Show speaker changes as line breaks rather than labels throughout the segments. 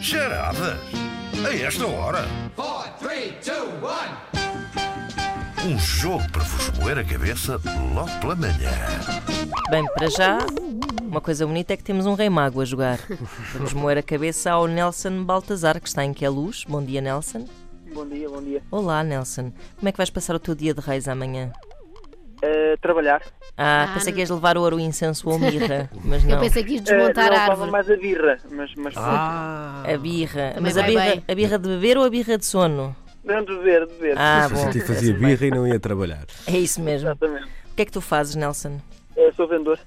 Geradas? A esta hora?
four, three, two, one.
Um jogo para vos moer a cabeça logo pela manhã.
Bem, para já, uma coisa bonita é que temos um rei mago a jogar. Vamos moer a cabeça ao Nelson Baltazar, que está em Queluz. Bom dia, Nelson.
Bom dia, bom dia.
Olá, Nelson. Como é que vais passar o teu dia de reis amanhã?
Eh, trabalhar.
Ah,
Ah,
pensei que
não.
ias levar ouro, incenso ou mirra, mas
Eu
não.
pensei que ias
Eh,
desmontar
não,
a
levava
árvore.
mais a birra, mas, mas
Ah. A birra.
Também
mas a
vai
birra,
bem.
a birra de beber ou a birra de sono?
não dever, dever.
Ah, bom.
Senti que fazia birra e não ia trabalhar.
É isso mesmo.
Exatamente.
O que é que tu fazes, Nelson?
Eh, sou vendedor.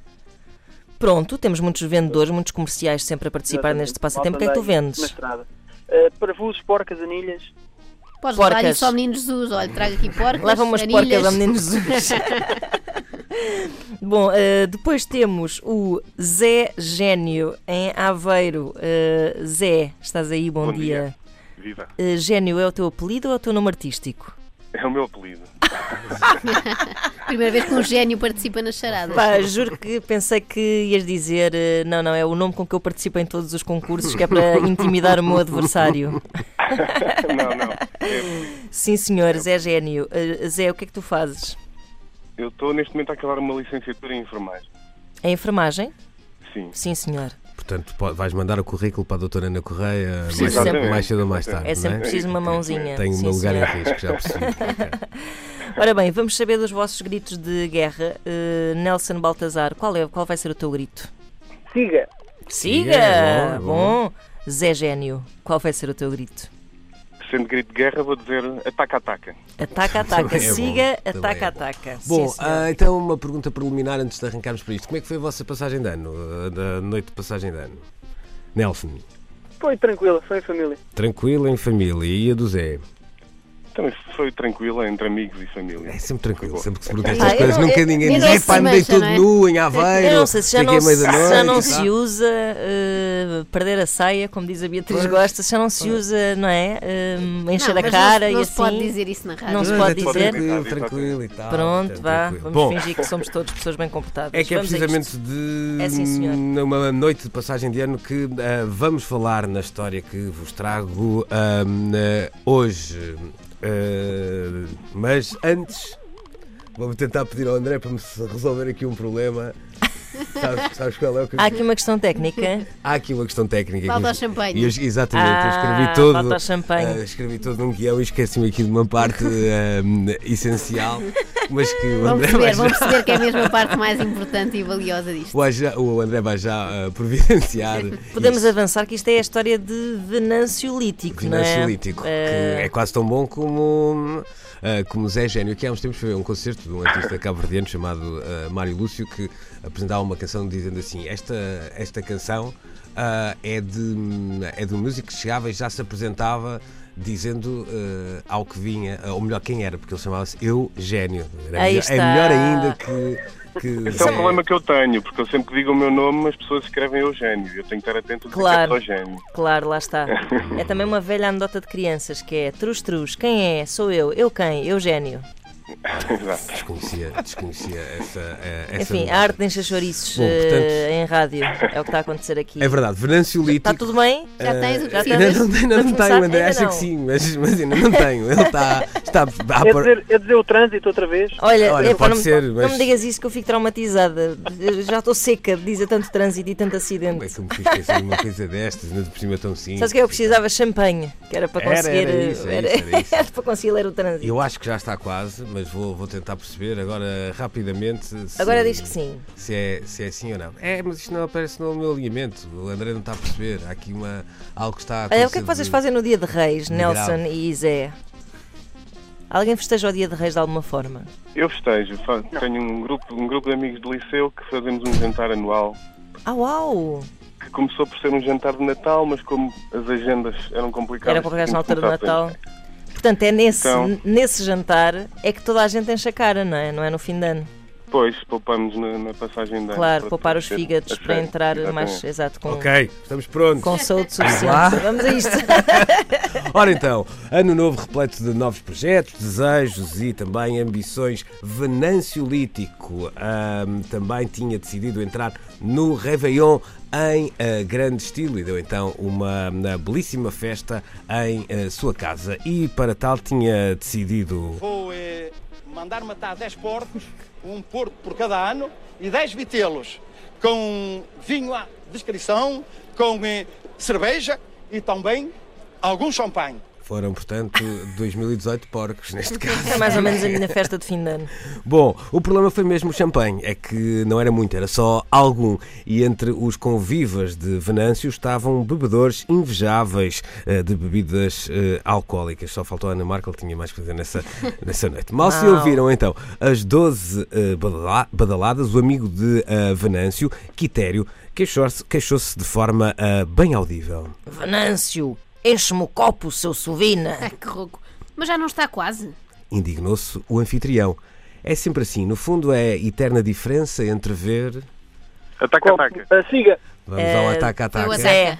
Pronto, temos muitos vendedores, muitos comerciais sempre a participar
Exatamente.
neste passatempo. O que é
Malta
que tu
anda aí Na
vendes?
estrada. Eh, parafusos, porcas, anilhas.
Podes levar
Porcas.
isso ao menino Jesus. Olha, traga aqui porcas,
Leva umas
anilhas.
porcas ao menino Jesus. Bom, eh, depois temos o Zé Gênio em Aveiro. Eh, Zé, estás aí? Bom,
Bom
dia.
dia. Viva.
Eh, Gênio é o teu apelido ou é o teu nome artístico?
É o meu apelido.
Primeira vez que um gênio participa nas charadas.
Pá, juro que pensei que ias dizer eh, não, não, é o nome com que eu participo em todos os concursos, que é para intimidar o meu adversário.
não, não. É-
Sim, senhor, Zé Gênio. Eh, Zé, o que é que tu fazes?
eu estou neste momento a acabar uma licenciatura em enfermagem.
É enfermagem?
Sim.
Sim, senhor.
Portanto, po- vais mandar o currículo para a doutora Ana Correia mais,
Preciso
cedo-
sempre-
mais cedo ou mais tarde.
É sempre
não
preciso uma mãozinha.
Tenho o
Sim,
meu lugar
senhor.
em risco, já percebi. Ok.
Ora bem, vamos saber dos vossos gritos de guerra. Eh, Nelson Baltazar, qual, é, qual vai ser o teu grito?
Siga.
Siga!
é bom, é
bom.
bom.
Zé Gênio, qual vai ser o teu grito?
Sendo grito de guerra, vou dizer ataca-ataca.
Ataca, ataca,
Também é bom,
siga,
também
ataca,
é bom.
ataca. Sim,
Bom,
senhor.
ah, então uma pergunta preliminar antes de arrancarmos para isto. Como é que foi a vossa passagem de ano? ah, Da noite de passagem de ano? Nelson,
Foi tranquila, foi em família.
tranquilo em família e a do Zé?
Também Então, foi tranquila entre amigos e família.
É sempre tranquilo,
Foi bom.
sempre que se pergunta
Ah,
estas
eu
coisas.
não-
Nunca
eu-
ninguém
eu
diz,
não
"Epá,
sei,
andei
mas
todo
não é?"
nu em Aveiro.
Eu não sei se já
cheguei
não,
à
se,
meia-da-noite
já não
e
se
tal."
usa eh, perder a saia, como diz a Beatriz Gosta, já não se usa, não é? Eh, encher
Não,
a
mas
cara
não,
e
não
assim.
se pode dizer isso na rádio.
Não se
Mas
pode
é tudo
dizer.
Tranquilo, tranquilo e tal.
Pronto,
portanto,
vá,
Ah, então tranquilo.
vamos
Bom,
fingir que somos todos pessoas bem comportadas.
É que é
Vamos a isto.
precisamente de
É sim, senhor.
uma noite de passagem de ano que ah, vamos falar na história que vos trago ah, na- hoje. Ah, mas antes, vamos tentar pedir ao André para me resolver aqui um problema. sabes, sabes qual é o que eu-
Há aqui uma questão técnica.
Há aqui uma questão técnica.
Falta
que eu-
o champanhe.
e eu- exatamente, eu
Ah,
escrevi todo.
falta o champanhe.
ah, escrevi todo num guião e esqueci-me aqui de uma parte ah, essencial, mas que o
Vão
André
perceber,
vai
vão
já,
perceber que é mesmo a parte mais importante e valiosa disto.
vai já- o André vai já ah, providenciar.
Podemos
isso.
avançar que isto é a história de Venâncio Lítico, não é?
Venâncio Lítico, que
Eh,
é quase tão bom como, ah, como Zé Gênio. Aqui há uns tempos foi um concerto de um artista cabo-verdiano chamado ah, Mário Lúcio que apresentava uma canção dizendo assim: Esta, esta canção ah, é, de, é de um músico que chegava e já se apresentava dizendo ah, ao que vinha, ah, ou melhor, quem era, porque ele chamava-se Eu Gênio. Era
Aí
melhor,
está.
é melhor ainda que. que
Esse é um
Zé.
problema que eu tenho, porque eu sempre que digo o meu nome, as pessoas escrevem Eugênio. Eu tenho que estar atento a dizer
Claro.
que é só Eugênio.
Claro, lá está. É também uma velha anedota de crianças que é trus trus, quem é? Sou eu, eu quem? Eugénio.
Exato.
Desconhecia, desconhecia essa, eh, essa
Enfim, a arte de encher chouriços
Bom,
eh,
portanto-
em rádio é o que está a acontecer aqui.
É verdade, tipo, Venâncio Lítico.
Está tudo bem?
Já tens o que
já
precisas?
Ainda não, ainda não
Vamos começar?
tenho, André,
Ainda
acha
não.
que sim, mas, mas ainda não tenho. Ele está. está
Ah,
à
É
par-
dizer, é dizer o trânsito outra vez.
Olha,
Olha,
epá,
pode
não, me-
ser,
não
mas-
me digas isso que eu fico traumatizada. Eu Já estou seca de dizer tanto trânsito e tanto acidente.
Como é que eu me fiz esquecer de uma coisa destas, ainda por cima tão simples?
Sabes que eu precisava de champanhe, que era para
Era, era
conseguir. eh,
isso, era isso, era isso.
era para conseguir ler o trânsito.
Eu acho que já está quase, mas vou, vou tentar perceber agora rapidamente. se-
Agora diz que sim.
Se é, se é sim ou não. É, mas isto não aparece no meu alimento. O André não está a perceber. Há aqui uma, algo que está
Olha,
a
o que é
acontecer
que vocês
de-
fazem no dia de Reis,
de
Nelson
grave.
e Zé? Alguém festeja o dia de Reis de alguma forma?
Eu festejo. fa- Tenho um grupo, um grupo de amigos de liceu que fazemos um jantar anual.
Ah, uau!
Que começou por ser um jantar de Natal, mas como as agendas eram complicadas.
Era para pegar na
tínhamos
altura do
que começar
Natal.
sempre.
Portanto, é nesse,
Então.
n- nesse jantar é que toda a gente enche a cara, não é? Não é no fim de ano.
Depois poupamos na, na passagem de ano.
Claro,
Para
poupar os
ter
fígados
a
para
sério.
entrar mais,
Exatamente.
exato, com,
Ok, estamos prontos.
com saúde suficiente.
lá.
Vamos a isto.
Ora então, ano novo repleto de novos projetos, desejos e também ambições. Venâncio Lítico ahm, também tinha decidido entrar no Réveillon em ah, grande estilo e deu então uma, ah, belíssima festa em ah, sua casa. E para tal tinha decidido.
Vou eh, mandar matar 10 porcos, um porco por cada ano, e 10 vitelos, com vinho à descrição, com eh, cerveja e também algum champanhe.
Foram, portanto, 2018 porcos neste caso.
É mais ou menos a minha festa de fim de ano.
Bom, o problema foi mesmo o champanhe, é que não era muito, era só algum. E entre os convivas de Venâncio estavam bebedores invejáveis eh, de bebidas eh, alcoólicas. Só faltou a Ana Markel, tinha mais que fazer nessa, nessa noite. Mal se
Mau.
ouviram então as 12 eh, badala- badaladas, o amigo de eh, Venâncio, Quitério, queixou-se queixou-se de forma eh, bem audível.
Venâncio, enche-me o copo, seu sovina.
Ah, que rouco. Mas já não está quase.
Indignou-se o anfitrião. É sempre assim, no fundo é a eterna diferença entre ver.
Ataca,
Copo.
ataca.
Ah, siga.
Vamos ao
Eh,
É, Foi o
ataque-ataque.
ataque.
Zé,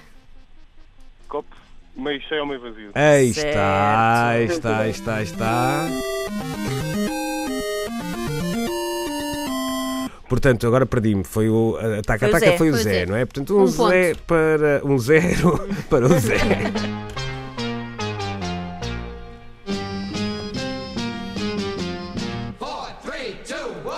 Copo meio cheio ou meio vazio.
Aí
Certo.
É, está, aí está, aí está, aí está. Portanto, agora perdi-me. Foi o ataque,
Foi o
ataque
Zé,
foi
foi
o
o
Zé,
Zé.
não é? Portanto, um,
Um ponto.
Zé para um zero para o Zé.
Four, three, two, one.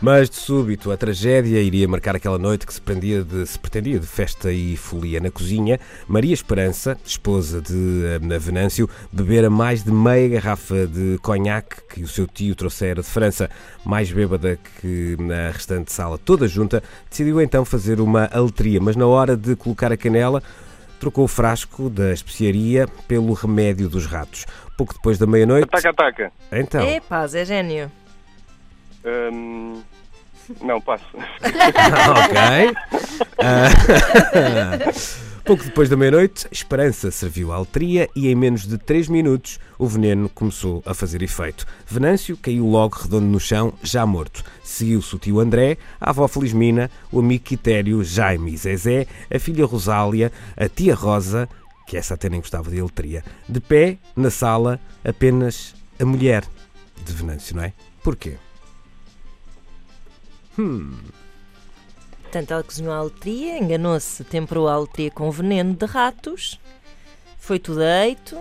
Mas de súbito a tragédia iria marcar aquela noite que se, prendia de- se pretendia de festa e folia na cozinha. Maria Esperança, esposa de eh, Venâncio, bebera mais de meia garrafa de conhaque que o seu tio trouxera de França, mais bêbada que na restante sala toda junta, decidiu então fazer uma aletria, mas na hora de colocar a canela trocou o frasco da especiaria pelo remédio dos ratos. Pouco depois da meia-noite,
Ataca, ataca.
então...
epá, Zé Gênio.
Hum, não, passo.
Ok. Ah, Pouco depois da meia-noite, Esperança serviu a altria e em menos de 3 minutos o veneno começou a fazer efeito. Venâncio caiu logo redondo no chão, já morto. Seguiu-se o tio André, a avó Felizmina, o amigo Quitério, Jaime e Zezé, a filha Rosália, a tia Rosa, que essa até nem gostava de altria. De pé, na sala, apenas a mulher de Venâncio, não é? Porquê?
Portanto, ela cozinhou a aletria, enganou-se, temperou a aletria com veneno de ratos, foi tudo a eito,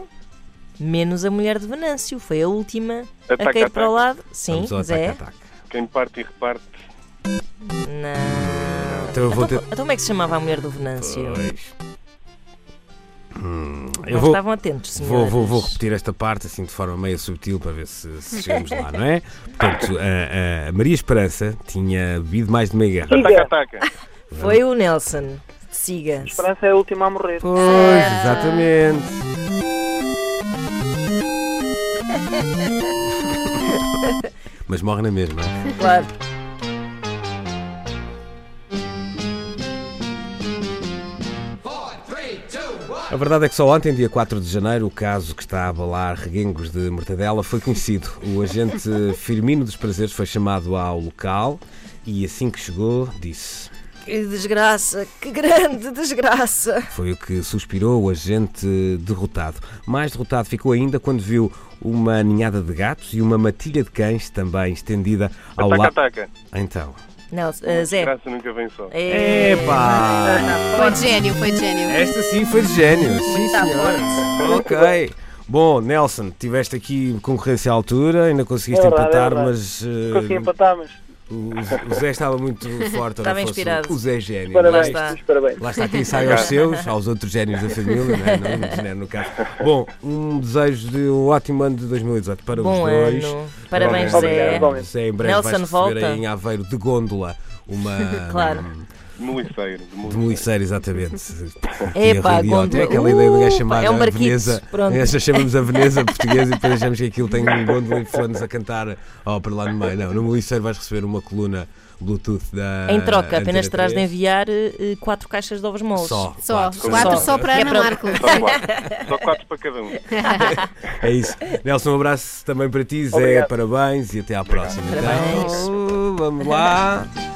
menos a mulher de Venâncio, foi a última a
Ataque,
cair para o
ataque.
lado. Sim, é.
Vamos ao
Zé.
ataque-ataque.
Quem parte e reparte.
Não.
Então eu vou ter...
Então, então como é que se chamava a mulher do Venâncio?
Pois. Hum, eu
Não
vou,
estavam atentos,
vou,
senhores.
vou, vou repetir esta parte assim de forma meio subtil para ver se, se chegamos lá, não é? Portanto, a, a Maria Esperança tinha bebido mais de meia garrafa.
Ataca, ataca.
Foi o Nelson. Siga.
Esperança é a última a morrer.
Pois, exatamente. Mas morre na mesma.
Claro.
Four, three, two, one.
A verdade é que só ontem, dia 4 de janeiro, o caso que está a abalar reguengos de mortadela foi conhecido. O agente Firmino dos Prazeres foi chamado ao local e assim que chegou disse...
Que desgraça, que grande desgraça.
Foi o que suspirou o agente derrotado. Mais derrotado ficou ainda quando viu uma ninhada de gatos e uma matilha de cães também estendida ao
Ataca,
lado.
ataca.
Então.
Nelson, eh, Zé.
Graça nunca vem só.
É...
Epá!
Foi de gênio, foi de gênio.
Esta sim foi de gênio. Sim,
Tá
senhora. Ok. Bom, Nelson, tiveste aqui concorrência à altura, ainda conseguiste
É verdade,
empatar,
é verdade.
mas eh,
Consegui empatar, mas
o, o Zé estava muito forte. ora
Estava
fosse
inspirado.
O Zé é gênio.
parabéns.
está.
mas parabéns.
Lá está quem sai aos seus, aos outros génios da família, não é? Não, um genero no caso. Bom, um desejo de um ótimo ano de 2018 para
Bom
os dois.
ano. Parabéns,
Obrigado,
Zé.
igualmente.
Zé, em breve
Nelson
vais receber
volta.
aí em Aveiro de gôndola uma.
Claro.
Demoliceiro.
De
demoliceiro.
Miliceiro, exatamente.
Epá,
Que idiota.
quando-
É aquela ideia de um
Upa,
gajo chamado
é um barquito,
Veneza.
pronto.
Essa chamamos a Veneza portuguesa e depois achamos que aquilo tem um gôndola e fomos a cantar a ópera lá no meio. Não, no Miliceiro vais receber uma coluna Bluetooth da.
Em troca, apenas
Antena
terás de
3.
enviar eh, quatro caixas de ovos moles.
Só.
Só,
quatro.
quatro só para
Que é
Ana
para-
Marco.
Só quatro. Só quatro para cada um.
É isso. Nelson, um abraço também para ti, Zé.
Obrigado.
Parabéns e até à próxima.
Parabéns.
Então, vamos lá.